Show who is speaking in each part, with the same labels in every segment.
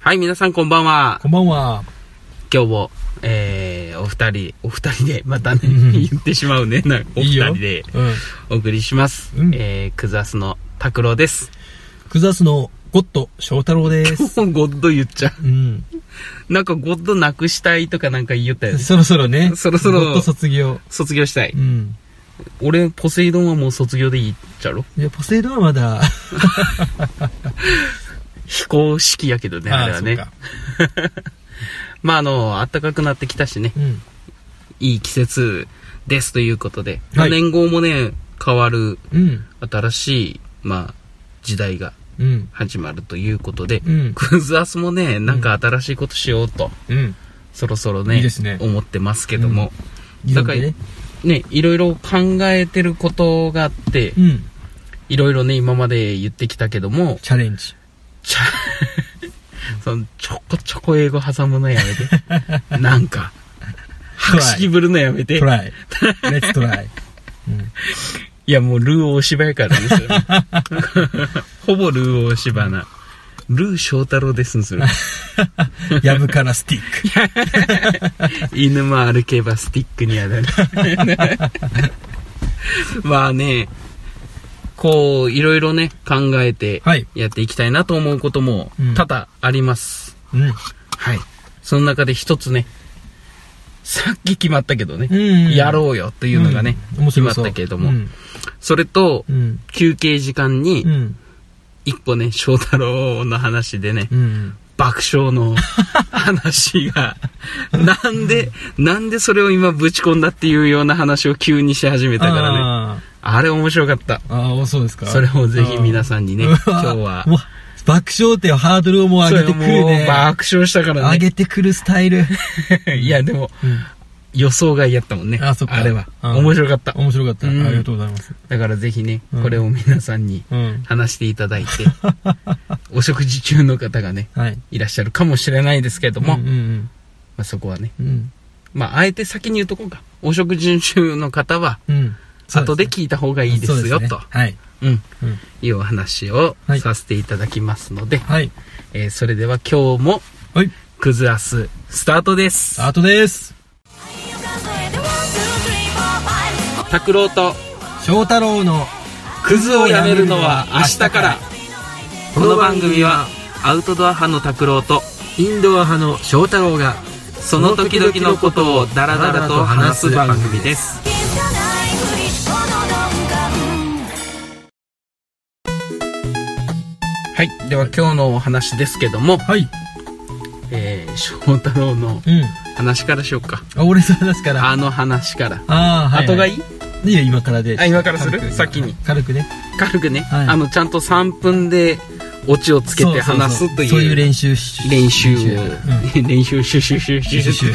Speaker 1: はい、皆さんこんばんは。
Speaker 2: こんばんは。
Speaker 1: 今日も、えー、お二人、お二人で、またね、
Speaker 2: ん
Speaker 1: 言ってしまうね。なお
Speaker 2: いい
Speaker 1: 二
Speaker 2: よ
Speaker 1: 人で
Speaker 2: うん。
Speaker 1: お送りします。
Speaker 2: うん
Speaker 1: えー、クザスの拓郎です。
Speaker 2: クザスのゴッド翔太郎です。
Speaker 1: ゴッド言っちゃ
Speaker 2: うん。
Speaker 1: う。なんかゴッドなくしたいとかなんか言いよったよね。
Speaker 2: そろそろね。
Speaker 1: そろそろ
Speaker 2: ゴッド卒業。
Speaker 1: 卒業したい。
Speaker 2: うん。
Speaker 1: 俺、ポセイドンはもう卒業でいいっちゃろ
Speaker 2: いや、ポセイドンはまだ、
Speaker 1: 非公式やけどね、あれはね
Speaker 2: あ。あ
Speaker 1: まあ、あの、暖かくなってきたしね
Speaker 2: そ、うか。うん。
Speaker 1: いい季節ですということで。まあ
Speaker 2: はい
Speaker 1: 年号もね、変わる、
Speaker 2: うん。
Speaker 1: 新しい、まあ、時代が
Speaker 2: うん。
Speaker 1: 始まるということで、
Speaker 2: うん。
Speaker 1: クズアスもね、なんか新しいことしようと、
Speaker 2: うん。
Speaker 1: そろそろね、
Speaker 2: いいですね
Speaker 1: 思ってますけども、だから
Speaker 2: いろいろね。
Speaker 1: ね、いろいろ考えてることがあって
Speaker 2: う、ん。
Speaker 1: いろいろね、今まで言ってきたけども、
Speaker 2: チャレンジ。
Speaker 1: ちゃ、 その、ちょこちょこ英語挟むのやめ て。なんか、
Speaker 2: トライ
Speaker 1: 白色ぶるのやめて
Speaker 2: ト。ライ。レッツト ライ。うん。
Speaker 1: いや、もうルー大芝やから ですよ、ね。ほぼルー大芝な。ルー翔太郎ですんする。
Speaker 2: やぶからスティッ
Speaker 1: 犬も歩けばスティックにやだる まあねこういろいろね考えて
Speaker 2: ク。はい。
Speaker 1: やっていきたいなと思うことも
Speaker 2: うん
Speaker 1: 多々あります、
Speaker 2: うん。
Speaker 1: はいその中で一つねさっき決まったけどね、
Speaker 2: うん
Speaker 1: やろうよと
Speaker 2: て
Speaker 1: いうのがね、
Speaker 2: 面
Speaker 1: 決
Speaker 2: 白
Speaker 1: まっ
Speaker 2: そう
Speaker 1: たけれども、
Speaker 2: うん。
Speaker 1: それと
Speaker 2: うん。
Speaker 1: 休憩時間に
Speaker 2: うん。
Speaker 1: 一個ね翔太郎の話でね、
Speaker 2: うん。
Speaker 1: 爆笑の話が、なんで、なんでそれを今ぶち込んだっていうような話を急にし始めたからね。
Speaker 2: あ
Speaker 1: あれ面白かった。
Speaker 2: ーあー、そうですか。
Speaker 1: それをぜひ皆さんにね、今日は
Speaker 2: う。わ爆笑ってハードルをもう上げてくる
Speaker 1: それもう
Speaker 2: ね。
Speaker 1: 爆笑したから
Speaker 2: 上
Speaker 1: ね。
Speaker 2: げてくるスタ イル。
Speaker 1: いや、でも、予想外やったもんね。
Speaker 2: あそっか
Speaker 1: れは。
Speaker 2: うん
Speaker 1: 面白かった。
Speaker 2: 面白かった。あ
Speaker 1: うん
Speaker 2: りがとうございます。
Speaker 1: だからぜひね、
Speaker 2: うん
Speaker 1: これを皆さんに
Speaker 2: うん。
Speaker 1: 話していただ いて、お食事中の方がね、
Speaker 2: はい。
Speaker 1: いらっしゃるかもしれないですけれども、
Speaker 2: うん
Speaker 1: ま
Speaker 2: うん
Speaker 1: あそこはね、
Speaker 2: うん。うん。
Speaker 1: まあ、あえて先に言うとこうか。お食事中の方は、
Speaker 2: うん。
Speaker 1: 後で聞いた方がいいで
Speaker 2: そう
Speaker 1: すよ、
Speaker 2: ね
Speaker 1: と
Speaker 2: はい。
Speaker 1: うん、
Speaker 2: うん
Speaker 1: いうお話を
Speaker 2: はい
Speaker 1: させていただきますので、
Speaker 2: はい。
Speaker 1: えーそれでは今日も、
Speaker 2: はい。
Speaker 1: クズアス、スタートです。
Speaker 2: 後です。
Speaker 1: 拓郎と、
Speaker 2: 翔太郎の
Speaker 1: クズをやめるのは明日から。この番組は、アウトドア派の拓郎と、
Speaker 2: インドア派の翔太郎が
Speaker 1: その時々のことをダラダラと話す番組です。はい。では今日のお話ですけども、
Speaker 2: はい。
Speaker 1: えー、翔太郎の
Speaker 2: うん。
Speaker 1: 話からしようか。
Speaker 2: あ、俺の話から。
Speaker 1: あの話から。
Speaker 2: あー、はい。
Speaker 1: 後が
Speaker 2: い
Speaker 1: いい
Speaker 2: いや、今からで。
Speaker 1: あ今からする
Speaker 2: 軽く
Speaker 1: 先に
Speaker 2: 軽くね。
Speaker 1: 軽くね、
Speaker 2: はい
Speaker 1: あの、ちゃんと3分でオチをつけて話すと
Speaker 2: そういう
Speaker 1: いう
Speaker 2: 練習し
Speaker 1: 練習を
Speaker 2: 練習うん、
Speaker 1: 練習、シュシュシュシュシュ。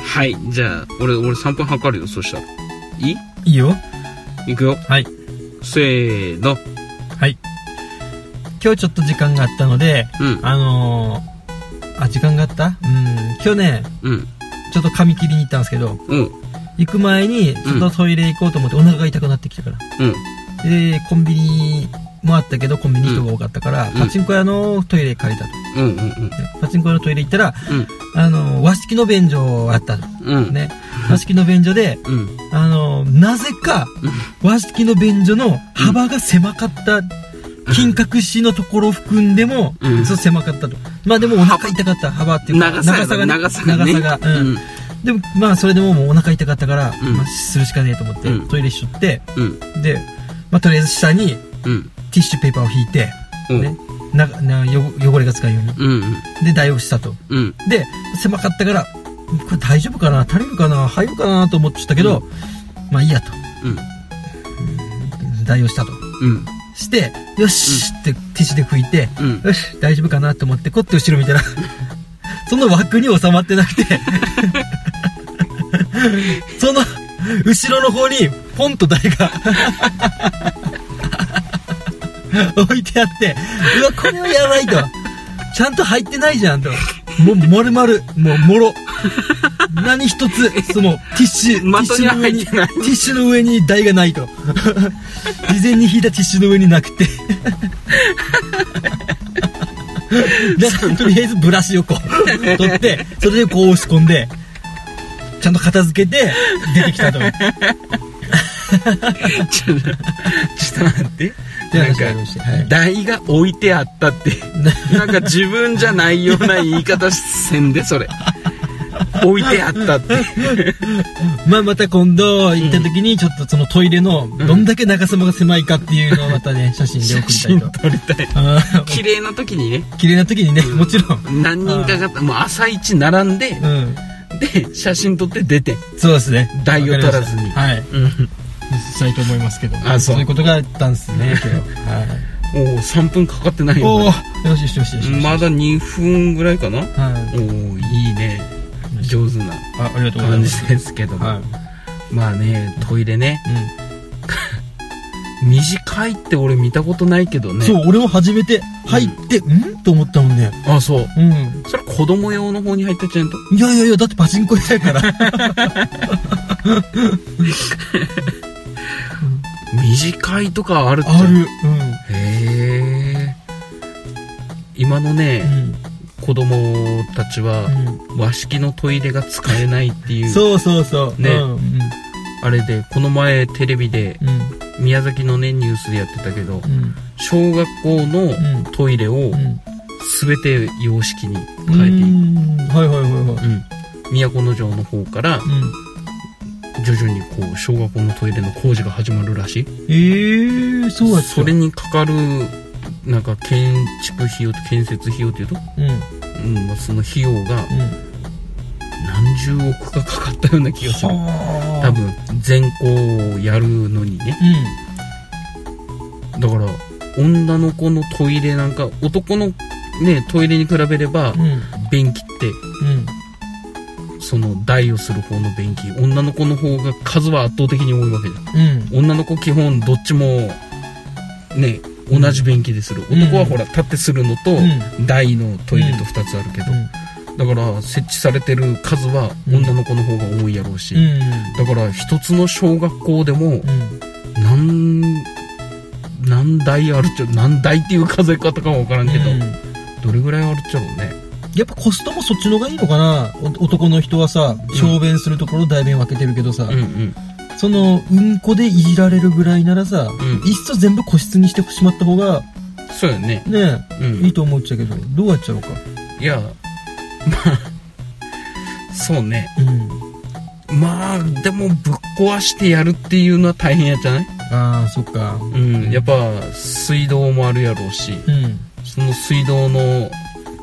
Speaker 1: はい。じゃあ、俺、俺3分測るよ、そしたら。いい
Speaker 2: いいよ。
Speaker 1: いくよ。
Speaker 2: はい。
Speaker 1: せーの。
Speaker 2: はい。今日ちょっと時間があったので、
Speaker 1: うん。
Speaker 2: あのー、あ、時間があったうん、今日ね、
Speaker 1: うん。
Speaker 2: ちょっと髪切りに行ったんですけど、
Speaker 1: うん。
Speaker 2: 行く前に、ちょっとトイレ行こうと思って、お腹が痛くなってきたから。
Speaker 1: うん。
Speaker 2: で、コンビニもあったけど、コンビニ人が多かったから、
Speaker 1: ん
Speaker 2: パチンコ屋のトイレ借りたと。
Speaker 1: うん。うん。うん。
Speaker 2: パチンコ屋のトイレ行ったら、
Speaker 1: うん
Speaker 2: あのー、和式の便所あったの。
Speaker 1: うん。
Speaker 2: ね。和式の便所で、
Speaker 1: うん。
Speaker 2: あのー、なぜか、和式の便所の幅が狭かった、金閣寺のところを含んでも、
Speaker 1: うん
Speaker 2: ちょっと狭かったと。まあでもお腹痛かった、幅っていうか、
Speaker 1: 長さやろ
Speaker 2: ね
Speaker 1: 長さがね。
Speaker 2: 長さがうん
Speaker 1: うん。
Speaker 2: でも、まあそれでももうお腹痛かったから、
Speaker 1: うん
Speaker 2: まあするしかねえと思って、
Speaker 1: うん
Speaker 2: トイレしとって、
Speaker 1: うん。
Speaker 2: で、まあとりあえず下に
Speaker 1: うん。
Speaker 2: ティッシュペーパーを引いて、
Speaker 1: うん。
Speaker 2: ね、な、な、よ汚れがつかんように。
Speaker 1: うん。
Speaker 2: で、代用したと。
Speaker 1: うん。うん。
Speaker 2: で、狭かったから、これ大丈夫かな足りるかな入るかなと思ってたけど、まあいいやと。
Speaker 1: うん。
Speaker 2: 代用したと。
Speaker 1: うん。
Speaker 2: して、よし、ってティッシュで拭いて、
Speaker 1: うん。
Speaker 2: よし、大丈夫かなと思って、こって後ろ見たら、 その枠に収まってなくて、 その、後ろの方に、ポンと誰か、 置いてあって、うわ、これはやばいと。ちゃんと入ってないじゃんと。も、もるまる、もう、もろ。何一つ、その、ティッシュ、ティッ
Speaker 1: 的
Speaker 2: シ
Speaker 1: に
Speaker 2: ュ
Speaker 1: は
Speaker 2: の上
Speaker 1: 入
Speaker 2: に、
Speaker 1: ってない
Speaker 2: ティッシュの上に台がないと。事前に引いたティッシュの上になくて。じゃあとりあえずブラシをこう取ってそれでこう押し込んでちゃんと片付けて出てきたと思う
Speaker 1: ちょっと、ちょっと待って。
Speaker 2: で
Speaker 1: なん
Speaker 2: 話がありまして
Speaker 1: か、
Speaker 2: はい
Speaker 1: 台が置いてあった って、なんか自分じゃないような言い方せんで、それ。置いてあったって。
Speaker 2: まあまた今度行った時にちょっとそのトイレのどんだけ長さが狭いかっていうのをまたね写真で
Speaker 1: 写
Speaker 2: 送
Speaker 1: 真
Speaker 2: りたいと
Speaker 1: 撮りたい。
Speaker 2: うん
Speaker 1: 綺麗な時にね、
Speaker 2: 綺麗な時にねもちろん
Speaker 1: 何人かが、もう朝一並んで、
Speaker 2: うん
Speaker 1: で、写真撮って出て。
Speaker 2: そうですね
Speaker 1: 代を取らずにうん。
Speaker 2: わかりましたはいしたいと思いますけど
Speaker 1: あそう
Speaker 2: いうことがあったんです ね今日は
Speaker 1: おお、3分かかってない
Speaker 2: い
Speaker 1: よ。
Speaker 2: おおよしよしよしよしよし
Speaker 1: まだ2分ぐらいかな
Speaker 2: はい
Speaker 1: おおいいね。上手な
Speaker 2: あありがとう
Speaker 1: 感
Speaker 2: ございま
Speaker 1: じ
Speaker 2: す
Speaker 1: ですけども。
Speaker 2: はい
Speaker 1: まあね、トイレね。
Speaker 2: う
Speaker 1: 短いって俺見たことないけど
Speaker 2: ん
Speaker 1: ね
Speaker 2: そう俺も初めて入ってうんと思ったもんね
Speaker 1: あそう
Speaker 2: うん
Speaker 1: それ子供用の方に入ったちゃんと
Speaker 2: いやいやいやだってパチンコ屋 やから
Speaker 1: 短いとかあるって
Speaker 2: ある
Speaker 1: へえ今の
Speaker 2: うん
Speaker 1: ね、子供たちは
Speaker 2: うんうん
Speaker 1: 和式のトイレが使えないっていう
Speaker 2: そうそうそう。
Speaker 1: ね
Speaker 2: うん。
Speaker 1: あれでこの前テレビで
Speaker 2: うん。
Speaker 1: 宮崎のねニュースでやってたけど
Speaker 2: うん。
Speaker 1: 小学校の
Speaker 2: うん。
Speaker 1: トイレを
Speaker 2: うん。
Speaker 1: 全て洋式に
Speaker 2: う
Speaker 1: 変えていく
Speaker 2: ん。はいはいはいはい。
Speaker 1: うん都城の方から
Speaker 2: うん。
Speaker 1: 徐々にこう小学校のトイレの工事が始まるらしい
Speaker 2: ええー、そうやった。
Speaker 1: それにかかるなんか建築費用と建設費用というと、
Speaker 2: うん。うん。
Speaker 1: うんまあ、その費用が何十億かかかったような気がする
Speaker 2: はあ
Speaker 1: 多。分全校をやるのにねだから女の子のトイレなんか男のねトイレに比べれば
Speaker 2: うん。うん。
Speaker 1: 便器って
Speaker 2: うん。
Speaker 1: その台をする方の便器女の子の方が数は圧倒的に多いわけじゃん
Speaker 2: うん。
Speaker 1: 女の子基本どっちもね同じ便器でする、
Speaker 2: うん
Speaker 1: 男はほら立ってするのと、
Speaker 2: う
Speaker 1: 台のトイレと2つあるけど、だから設置されてる数は
Speaker 2: うん
Speaker 1: 女の子の方が多いやろうし、
Speaker 2: うん。うん。
Speaker 1: だから一つの小学校でも
Speaker 2: うん。
Speaker 1: 何何台あるっちゃ何台っていう数え方かは分からんけど、
Speaker 2: うん
Speaker 1: どれぐらいあるっちゃろうね
Speaker 2: やっぱコストもそっちの方がいいのかなお男の人はさ、小便するところ代便分けてるけどさ、
Speaker 1: うんうん
Speaker 2: その、うんこでいじられるぐらいなら
Speaker 1: う
Speaker 2: さ、
Speaker 1: ん
Speaker 2: いっそ全部個室にしてしまった方が、
Speaker 1: そうよね
Speaker 2: ね、
Speaker 1: うん
Speaker 2: いいと思っちゃうけど、どうやっちゃおうか。
Speaker 1: いやま あそうね
Speaker 2: うん。
Speaker 1: まあでもぶっ壊してやるっていうのは大変やじゃない
Speaker 2: ああ、そっか。
Speaker 1: うんやっぱ水道もあるやろうし
Speaker 2: うん。
Speaker 1: その水道の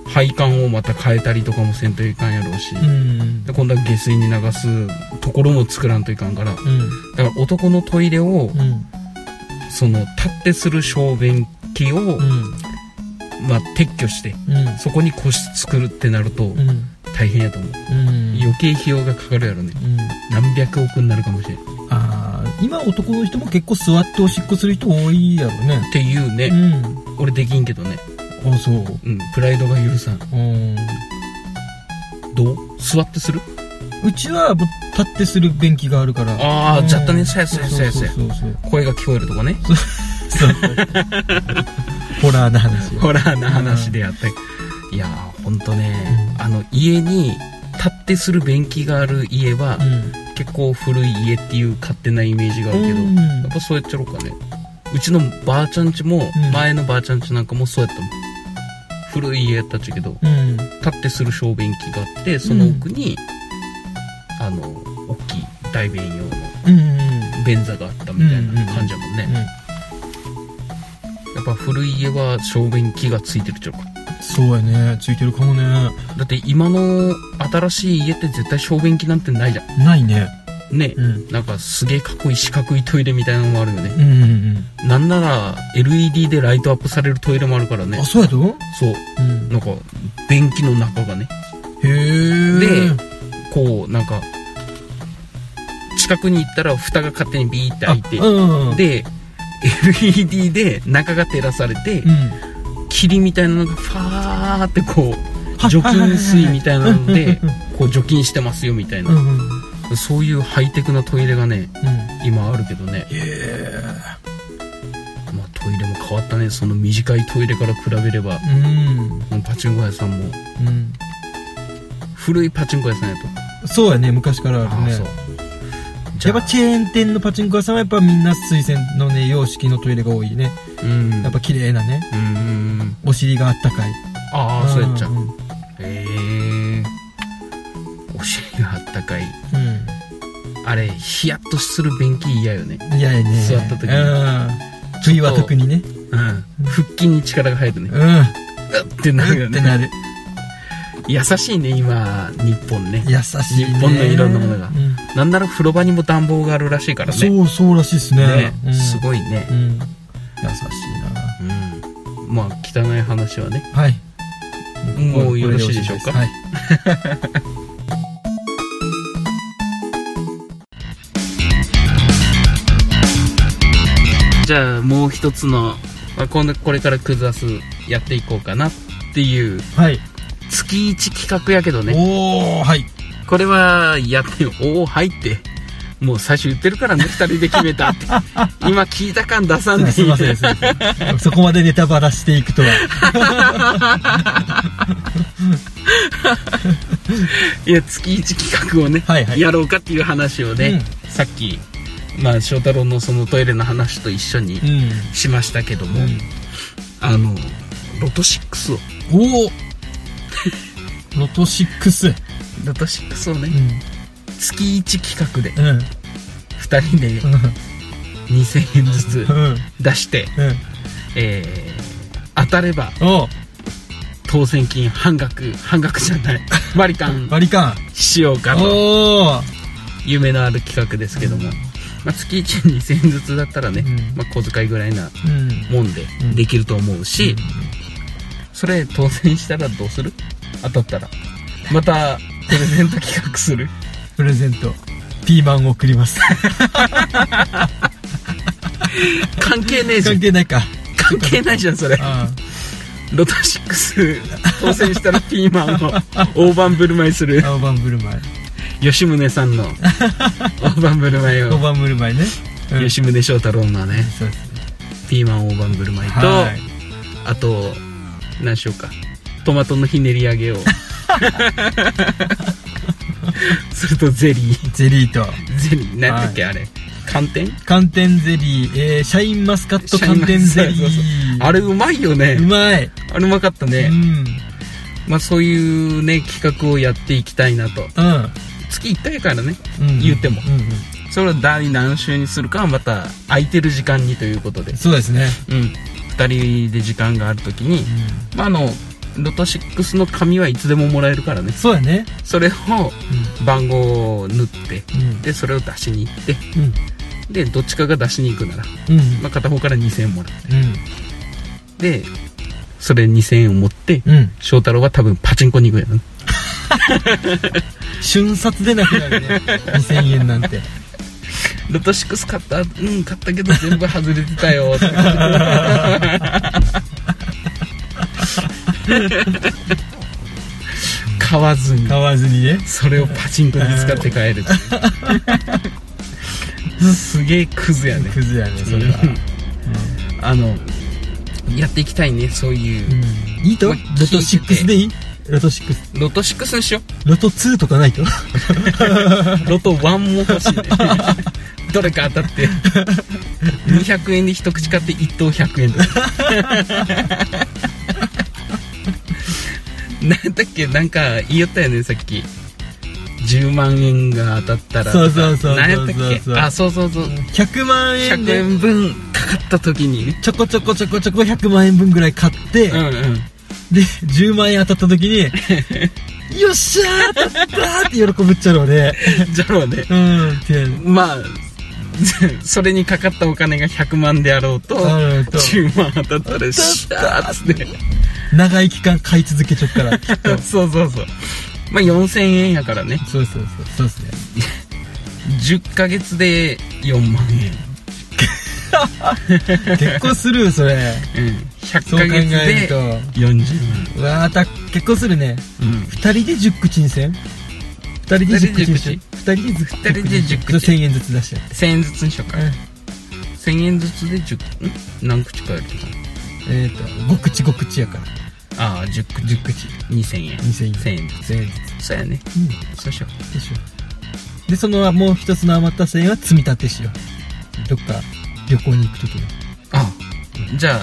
Speaker 1: 配管をまた変えたりとかもせんといかんやろうし、
Speaker 2: うん。
Speaker 1: で今度は下水に流すところも作らんといかんからだか
Speaker 2: うん。
Speaker 1: ら男のトイレを
Speaker 2: うん。
Speaker 1: その立ってする小便器を、
Speaker 2: うん。
Speaker 1: まあ、撤去して
Speaker 2: うん。
Speaker 1: そこに個室作るってなると
Speaker 2: うん。
Speaker 1: 大変やと思う
Speaker 2: うん。
Speaker 1: 余計費用がかかるやろね
Speaker 2: うん。
Speaker 1: 何百億になるかもしれんっ
Speaker 2: ああ、今男の人も結構座っておしっこする人多いやろね。
Speaker 1: ていうね、
Speaker 2: う
Speaker 1: 俺できんけどね
Speaker 2: ん。あそう。
Speaker 1: うんプライドが許さん
Speaker 2: うん。
Speaker 1: どう座ってする
Speaker 2: うちはもう立ってする便器があるから。
Speaker 1: ああ
Speaker 2: うん
Speaker 1: じゃったねそうやそうやそうやそうや
Speaker 2: そうそう
Speaker 1: 声が聞こえるとこね
Speaker 2: そう。そうホラーな話。
Speaker 1: ホラーな話であって、いやーほんとね、あの家に立ってする便器がある家は、
Speaker 2: うん。
Speaker 1: 結構古い家っていう勝手なイメージがあるけど、
Speaker 2: うん
Speaker 1: やっぱそうやっちゃろうかねうちのばあちゃんちも、
Speaker 2: うん
Speaker 1: 前のばあちゃんちなんかもそうやったもん古い家やったっちゃけど
Speaker 2: うん。
Speaker 1: 立ってする小便器があってその奥に、あの大きい大便用の
Speaker 2: うん。うん。
Speaker 1: 便座があったみたいな感じやもんね、やっぱ古い家は小便器がついてるっちゃろうか
Speaker 2: そうやね。ついてるかもね。
Speaker 1: だって今の新しい家って絶対小便器なんてないじゃ
Speaker 2: ないね。
Speaker 1: んね、
Speaker 2: うん。
Speaker 1: なんかすげえかっこいい四角いトイレみたいなのもあるよね
Speaker 2: うんうん
Speaker 1: なんなら LED でライトアップされるトイレもあるから
Speaker 2: うん。
Speaker 1: ね
Speaker 2: あ、そうやとう。
Speaker 1: そうんなんか便器の中がね
Speaker 2: へえ。
Speaker 1: でこうなんか近くに行ったら蓋が勝手にビーって開いて
Speaker 2: あうん、
Speaker 1: で LED で中が照らされて
Speaker 2: うん、
Speaker 1: 霧みたいなのがファーってこう
Speaker 2: は
Speaker 1: 除菌水みたいなの
Speaker 2: はいは
Speaker 1: で
Speaker 2: いはい
Speaker 1: こう除菌してますよみたい
Speaker 2: うん
Speaker 1: な
Speaker 2: うんうん。
Speaker 1: そういうハイテクなトイレがね今あるけどね
Speaker 2: へえ。
Speaker 1: まあトイレも変わったねその短いトイレから比べれば
Speaker 2: うん
Speaker 1: もうパチンコ屋さんも
Speaker 2: うん
Speaker 1: 古いパチンコ屋さんやと
Speaker 2: そうやね昔からあ
Speaker 1: あ
Speaker 2: る
Speaker 1: あ
Speaker 2: ね
Speaker 1: そうじ
Speaker 2: や
Speaker 1: ゃ
Speaker 2: っぱチェーン店のパチンコ屋さんはやっぱみんな水薦のね様式のトイレが多いね
Speaker 1: あうん
Speaker 2: やっぱ綺麗なね
Speaker 1: うんうんうん
Speaker 2: お尻があったかい
Speaker 1: ああそうやっちゃうん
Speaker 2: ん
Speaker 1: へえお尻があったかいあれヒヤッとする便器嫌よね
Speaker 2: うんいやいやね
Speaker 1: 座った時に
Speaker 2: うん冬は特にね
Speaker 1: うん腹筋に力が入るね
Speaker 2: うんうん
Speaker 1: うってなるよ
Speaker 2: って
Speaker 1: ね
Speaker 2: なる
Speaker 1: 優しいね今日本ね
Speaker 2: 優しいね
Speaker 1: 日本のいろんなものが
Speaker 2: うん
Speaker 1: なんなら風呂場にも暖房があるらしいからね
Speaker 2: そうそうらしいっすね
Speaker 1: ね
Speaker 2: うん
Speaker 1: すごいね
Speaker 2: うん優しいな
Speaker 1: うんまあ汚い話はね
Speaker 2: はい。
Speaker 1: もう
Speaker 2: これ
Speaker 1: よろしいでしょうか
Speaker 2: はい。
Speaker 1: じゃあもう一つの、まあ、このこれからクズアスやっていこうかなっていう
Speaker 2: はい。
Speaker 1: 月一企画やけどね
Speaker 2: おー、はい。
Speaker 1: これはやってよおおはいってもう最初言ってるからね二人で決め たって今聞いた感出さんでい
Speaker 2: すい
Speaker 1: い
Speaker 2: ません、すいま せん。そこまでネタバラしていくとは。
Speaker 1: いや月一企画をね、
Speaker 2: はいはい
Speaker 1: やろうかっていう話をね、さっきまあ翔太郎のそのトイレの話と一緒に
Speaker 2: うん。
Speaker 1: しましたけども、
Speaker 2: うん
Speaker 1: あのロト6を
Speaker 2: おー。ロト6。
Speaker 1: ロト6をね、
Speaker 2: う
Speaker 1: 月一企画で
Speaker 2: ん。うん。
Speaker 1: 2人で2000円ずつ
Speaker 2: うん。うん。
Speaker 1: 出して、
Speaker 2: うん。
Speaker 1: えー当たれば
Speaker 2: おー、
Speaker 1: 当選金半額半額じゃない割り勘
Speaker 2: バリカン。
Speaker 1: しようかと
Speaker 2: おー。
Speaker 1: 夢のある企画ですけども、まあ、月12000円ずつだったらね、
Speaker 2: うん
Speaker 1: まあ、小遣いぐらいな
Speaker 2: うん。
Speaker 1: もんで
Speaker 2: うん
Speaker 1: できると思うし、それ当選したらどうする当たったらまた プレゼント企画する
Speaker 2: プレゼント。ピーマンを送ります。
Speaker 1: 関係ねえじゃ
Speaker 2: 関
Speaker 1: ん
Speaker 2: 係ないか。
Speaker 1: 関係ないじゃんそれ
Speaker 2: あ
Speaker 1: ロタ6当選したらピーマンを大盤振る舞いする
Speaker 2: ー大盤振る舞い。
Speaker 1: 吉宗さんの大盤振る舞い
Speaker 2: 大
Speaker 1: を
Speaker 2: 盤振る舞いね。うん
Speaker 1: 吉宗翔太郎のね
Speaker 2: そうですね。
Speaker 1: ピーマン大盤振る舞いと、
Speaker 2: はい。
Speaker 1: あと何しようかトマトのひねり揚 げをそれとゼリー
Speaker 2: ゼリーと。
Speaker 1: ゼリー何だっけ、あれ寒天
Speaker 2: 寒天ゼリー、えー、シャインマスカット寒天ゼリー
Speaker 1: シャインマスカあれうまいよね
Speaker 2: うまい、
Speaker 1: あれうまかった
Speaker 2: う
Speaker 1: ね、
Speaker 2: ん
Speaker 1: まあそういうね企画をやっていきたいなと月1回やからね
Speaker 2: うん、うん、
Speaker 1: 言うても
Speaker 2: うん
Speaker 1: それを第何週にするかはまた空いてる時間にということで
Speaker 2: うん、そうですね、
Speaker 1: うん2人で時間がある時に、
Speaker 2: う
Speaker 1: まあ、あのロト6の紙はいつでももらえるからね
Speaker 2: ん、そうやね
Speaker 1: それを番号を塗って
Speaker 2: うんうん
Speaker 1: でそれを出しに行って
Speaker 2: うん
Speaker 1: でどっちかが出しに行くなら、
Speaker 2: うん
Speaker 1: まあ、片方から2000円もら
Speaker 2: うん
Speaker 1: うでそれ2000円を持って
Speaker 2: うん
Speaker 1: 翔太郎は多分パチンコに行くやん
Speaker 2: 瞬殺でなくなるね 2000円なんて
Speaker 1: ロト6買ったうん買ったけど全部外れてたよ買わずに
Speaker 2: 買わずにね
Speaker 1: それをパチンコに使って帰るっていうすげえクズやね
Speaker 2: クズやねそれは、
Speaker 1: うんあのやっていきたいねそういう、
Speaker 2: うん、いいと
Speaker 1: ま
Speaker 2: ロ
Speaker 1: あ
Speaker 2: ト6でいいロト6
Speaker 1: ロト6にしよ
Speaker 2: ロト2とかない と
Speaker 1: うロト1も欲しいねどれか当たって200円で一口買って1等100円だなんだっけなんか言いよったよねさっき10万円が当たったら
Speaker 2: そうそうそうそうそう
Speaker 1: なんやったっけあそうそうそう
Speaker 2: 100万円
Speaker 1: 100
Speaker 2: で
Speaker 1: 円分かかった時にね
Speaker 2: ちょこちょこちょこちょこ100万円分ぐらい買って、
Speaker 1: うんうん
Speaker 2: で、10万円当たった時 に、よっしゃー当たったーって喜ぶっちゃろうね。
Speaker 1: じゃろうね
Speaker 2: うん、って。
Speaker 1: まあそれにかかったお金が100万であろうと
Speaker 2: うんと
Speaker 1: 10万当たったらシャーっつって
Speaker 2: 長い期間買い続けちゃったら、きっと。
Speaker 1: そうそうそうまあ4000円やからね
Speaker 2: そうそうそう。そうですね。
Speaker 1: 10ヶ月で4万
Speaker 2: 結婚するそれ。
Speaker 1: 円、うん、100
Speaker 2: そう考
Speaker 1: ヶ月
Speaker 2: える
Speaker 1: で
Speaker 2: と。
Speaker 1: 40万
Speaker 2: うわーた、結婚するね。
Speaker 1: うん
Speaker 2: 二人で10口にせん二人で10口にしよう。二人で10口にしよ
Speaker 1: 二人
Speaker 2: う。
Speaker 1: で10口
Speaker 2: 1000円ずつ出して。
Speaker 1: 1000円ずつにしようか
Speaker 2: うん
Speaker 1: 1000円ずつで10ん何口買えるか
Speaker 2: えっ、と5口5口やから
Speaker 1: なああ10口
Speaker 2: 10口
Speaker 1: 2000円
Speaker 2: 2000円
Speaker 1: 1000円
Speaker 2: 1000円ず
Speaker 1: そうやね
Speaker 2: つうん
Speaker 1: そうしよ
Speaker 2: でしょでそのもう一つの余った1000円は積み立てしようどっか旅行に行く時の
Speaker 1: うあじゃあ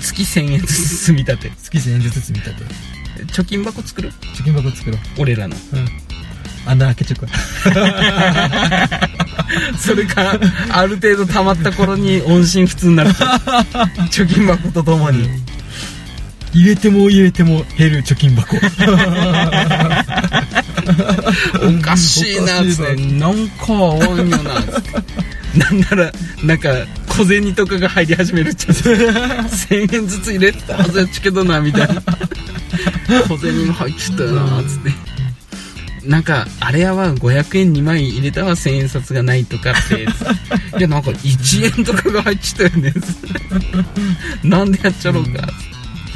Speaker 1: 月1000円ずつ積み立て
Speaker 2: 月1000円ずつ積み立て
Speaker 1: 貯金箱作る
Speaker 2: 貯金箱作ろう
Speaker 1: 俺らの
Speaker 2: うん穴開けちょくわ
Speaker 1: それかある程度溜まった頃に音信不通に なる貯金箱とともに
Speaker 2: 入れても入れても減る貯金箱
Speaker 1: おかしいなっつってなんか多いよなっつってなんならなんか小銭とかが入り始めるっちゃう1000円ずつ入れてたはずやっちけどなみたいな小銭も入っちゃったよなっつってなんかあれやわ500円2枚入れたわ1000円札がないとかってつっていやなんか1円とかが入っちゃったよねつってなんでやっちゃろうかっつって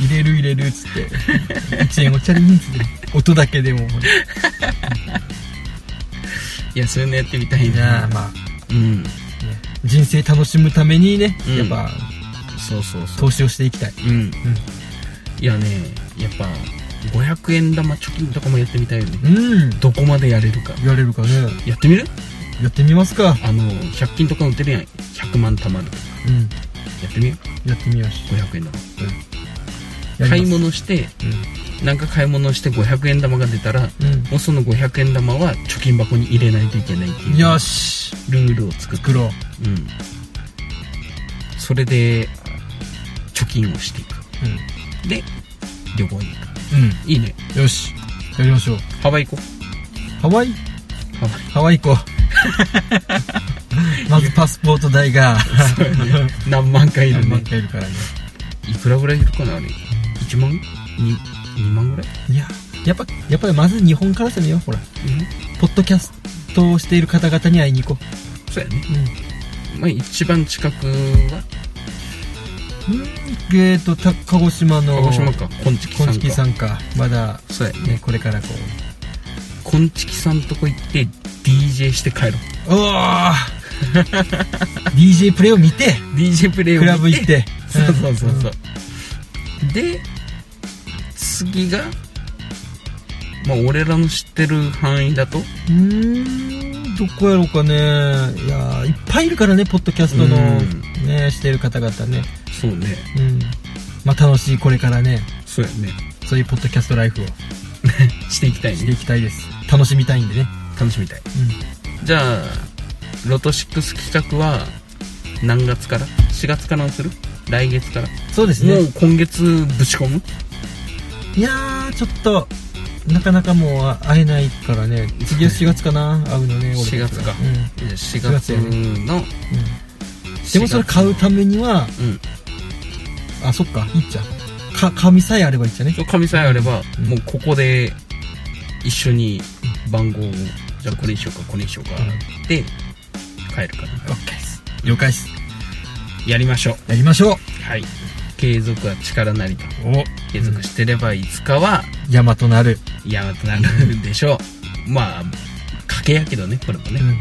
Speaker 2: 入れる入れるっつって1円お茶でいいっつって音だけでも
Speaker 1: いやそういうのやってみたい
Speaker 2: じゃ
Speaker 1: な
Speaker 2: あまあ、ね、
Speaker 1: うん
Speaker 2: 人生楽しむためにね、
Speaker 1: うん
Speaker 2: やっぱ
Speaker 1: そうそうそう
Speaker 2: 投資をしていきたい
Speaker 1: うん、いやねやっぱ500円玉貯金とかもやってみたいよね
Speaker 2: うん
Speaker 1: どこまでやれるか
Speaker 2: やれるかね
Speaker 1: やってみる
Speaker 2: やってみますか
Speaker 1: あの100均とか売ってるやん100万貯まる
Speaker 2: うん
Speaker 1: やってみよ
Speaker 2: やってみようし
Speaker 1: う500円玉
Speaker 2: や
Speaker 1: 買い
Speaker 2: ります
Speaker 1: 物してなんか買い物して500円玉が出たら
Speaker 2: うん、
Speaker 1: もうその500円玉は貯金箱に入れないといけないって
Speaker 2: うん、
Speaker 1: いう
Speaker 2: よし
Speaker 1: ルールを作って
Speaker 2: 作ろう
Speaker 1: うんそれで貯金をしていく
Speaker 2: う
Speaker 1: で旅行に行
Speaker 2: ん、
Speaker 1: くいいね
Speaker 2: うん、よしやりましょう
Speaker 1: ハワイ行こ
Speaker 2: ハワイ
Speaker 1: うハワイ
Speaker 2: ハワイ 行こうまずパスポート代が
Speaker 1: 何万回いる
Speaker 2: 何万
Speaker 1: ね
Speaker 2: 回いるからね
Speaker 1: いくらぐらいいるかなあれ1万 2, 2万ぐらい、
Speaker 2: いややっぱやっぱりまず日本から攻めようほらポッドキャストをしている方々に会いに行こ
Speaker 1: そうやね、
Speaker 2: ううん
Speaker 1: まあ、一番近くは
Speaker 2: えーとた鹿児島の
Speaker 1: 鹿児島かこんちきさん
Speaker 2: 昆
Speaker 1: か
Speaker 2: 虫さんかまだ、
Speaker 1: そうやね
Speaker 2: ね、これからこ
Speaker 1: こんちきさんとこ行って DJ して帰ろ
Speaker 2: うおー DJ プレイを見て
Speaker 1: う DJ プレイを
Speaker 2: クラブ行って
Speaker 1: そうそうそうそう、で次がまあ俺らの知ってる範囲だと
Speaker 2: うんうーんどこやろうかねいやーいっぱいいるからねポッドキャストの
Speaker 1: うん
Speaker 2: ねしてる方々ね
Speaker 1: そうね
Speaker 2: うんまあ楽しいこれからね
Speaker 1: そうやね
Speaker 2: そういうポッドキャストライフを
Speaker 1: していきたい
Speaker 2: して
Speaker 1: ね
Speaker 2: いきたいです楽しみたいんでね
Speaker 1: 楽しみたいじゃあロト6企画は何月から4月からにする来月から
Speaker 2: うんそうですね
Speaker 1: もう今月ぶち込む
Speaker 2: いやーちょっとなかなかもう会えないからね次は4月かな会うのね
Speaker 1: 4
Speaker 2: 俺たち
Speaker 1: 月
Speaker 2: は
Speaker 1: か
Speaker 2: うん
Speaker 1: 4月の
Speaker 2: うんでもそれ買うためには
Speaker 1: うん
Speaker 2: あそっかいいっちゃか紙さえあればいいっちゃね
Speaker 1: そう紙さえあれば、
Speaker 2: うん
Speaker 1: もうここで一緒に番号をじゃあこれにしようかこれにしようか、で帰るから
Speaker 2: オッケーです了解です
Speaker 1: やりましょ
Speaker 2: やりましょう
Speaker 1: うはい継続は力なりと
Speaker 2: お
Speaker 1: 継続してればいつかは
Speaker 2: 山となる、
Speaker 1: 山となるでしょうまあ賭けやけどねこれもね、
Speaker 2: うん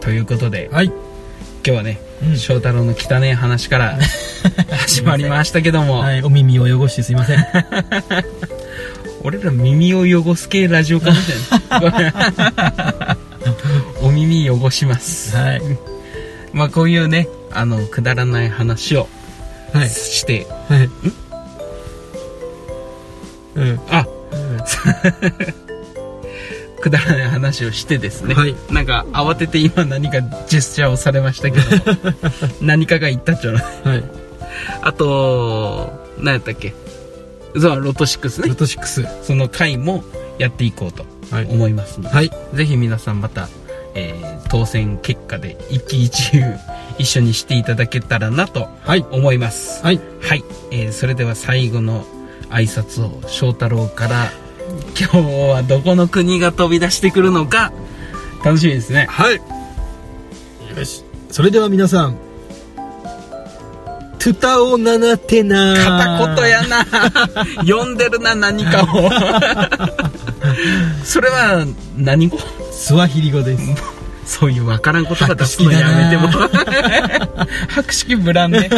Speaker 1: ということで
Speaker 2: はい
Speaker 1: 今日はね、
Speaker 2: うん
Speaker 1: 翔太郎の汚い話から 始まりましたけども、
Speaker 2: はいお耳を汚してすい ません
Speaker 1: 俺ら耳を汚す系ラジオかみた いなお耳汚します
Speaker 2: はい
Speaker 1: まあこういうねあのくだらない話を
Speaker 2: はい
Speaker 1: して、
Speaker 2: はいうん
Speaker 1: あくだらない話をしてですね、
Speaker 2: はい
Speaker 1: なんか慌てて今何かジェスチャーをされましたけど 何かが言ったんじゃない
Speaker 2: はい
Speaker 1: あと何やったっけそうロト6
Speaker 2: ロ
Speaker 1: ね
Speaker 2: ト6
Speaker 1: その回もやっていこうと
Speaker 2: はい
Speaker 1: 思いますので、
Speaker 2: はい
Speaker 1: ぜひ皆さんまた、えー当選結果で一喜一憂一緒にしていただけたらなと
Speaker 2: はい
Speaker 1: 思います
Speaker 2: はい
Speaker 1: はい、えーそれでは最後の挨拶を翔太郎から今日はどこの国が飛び出してくるのか楽しみですね
Speaker 2: はいよしそれでは皆さんトゥタオナナテナ
Speaker 1: 片言やな 呼んでるな何 かをそれは何語
Speaker 2: スワヒリ語です
Speaker 1: そういう分からん言葉出すのやめても博識ブランね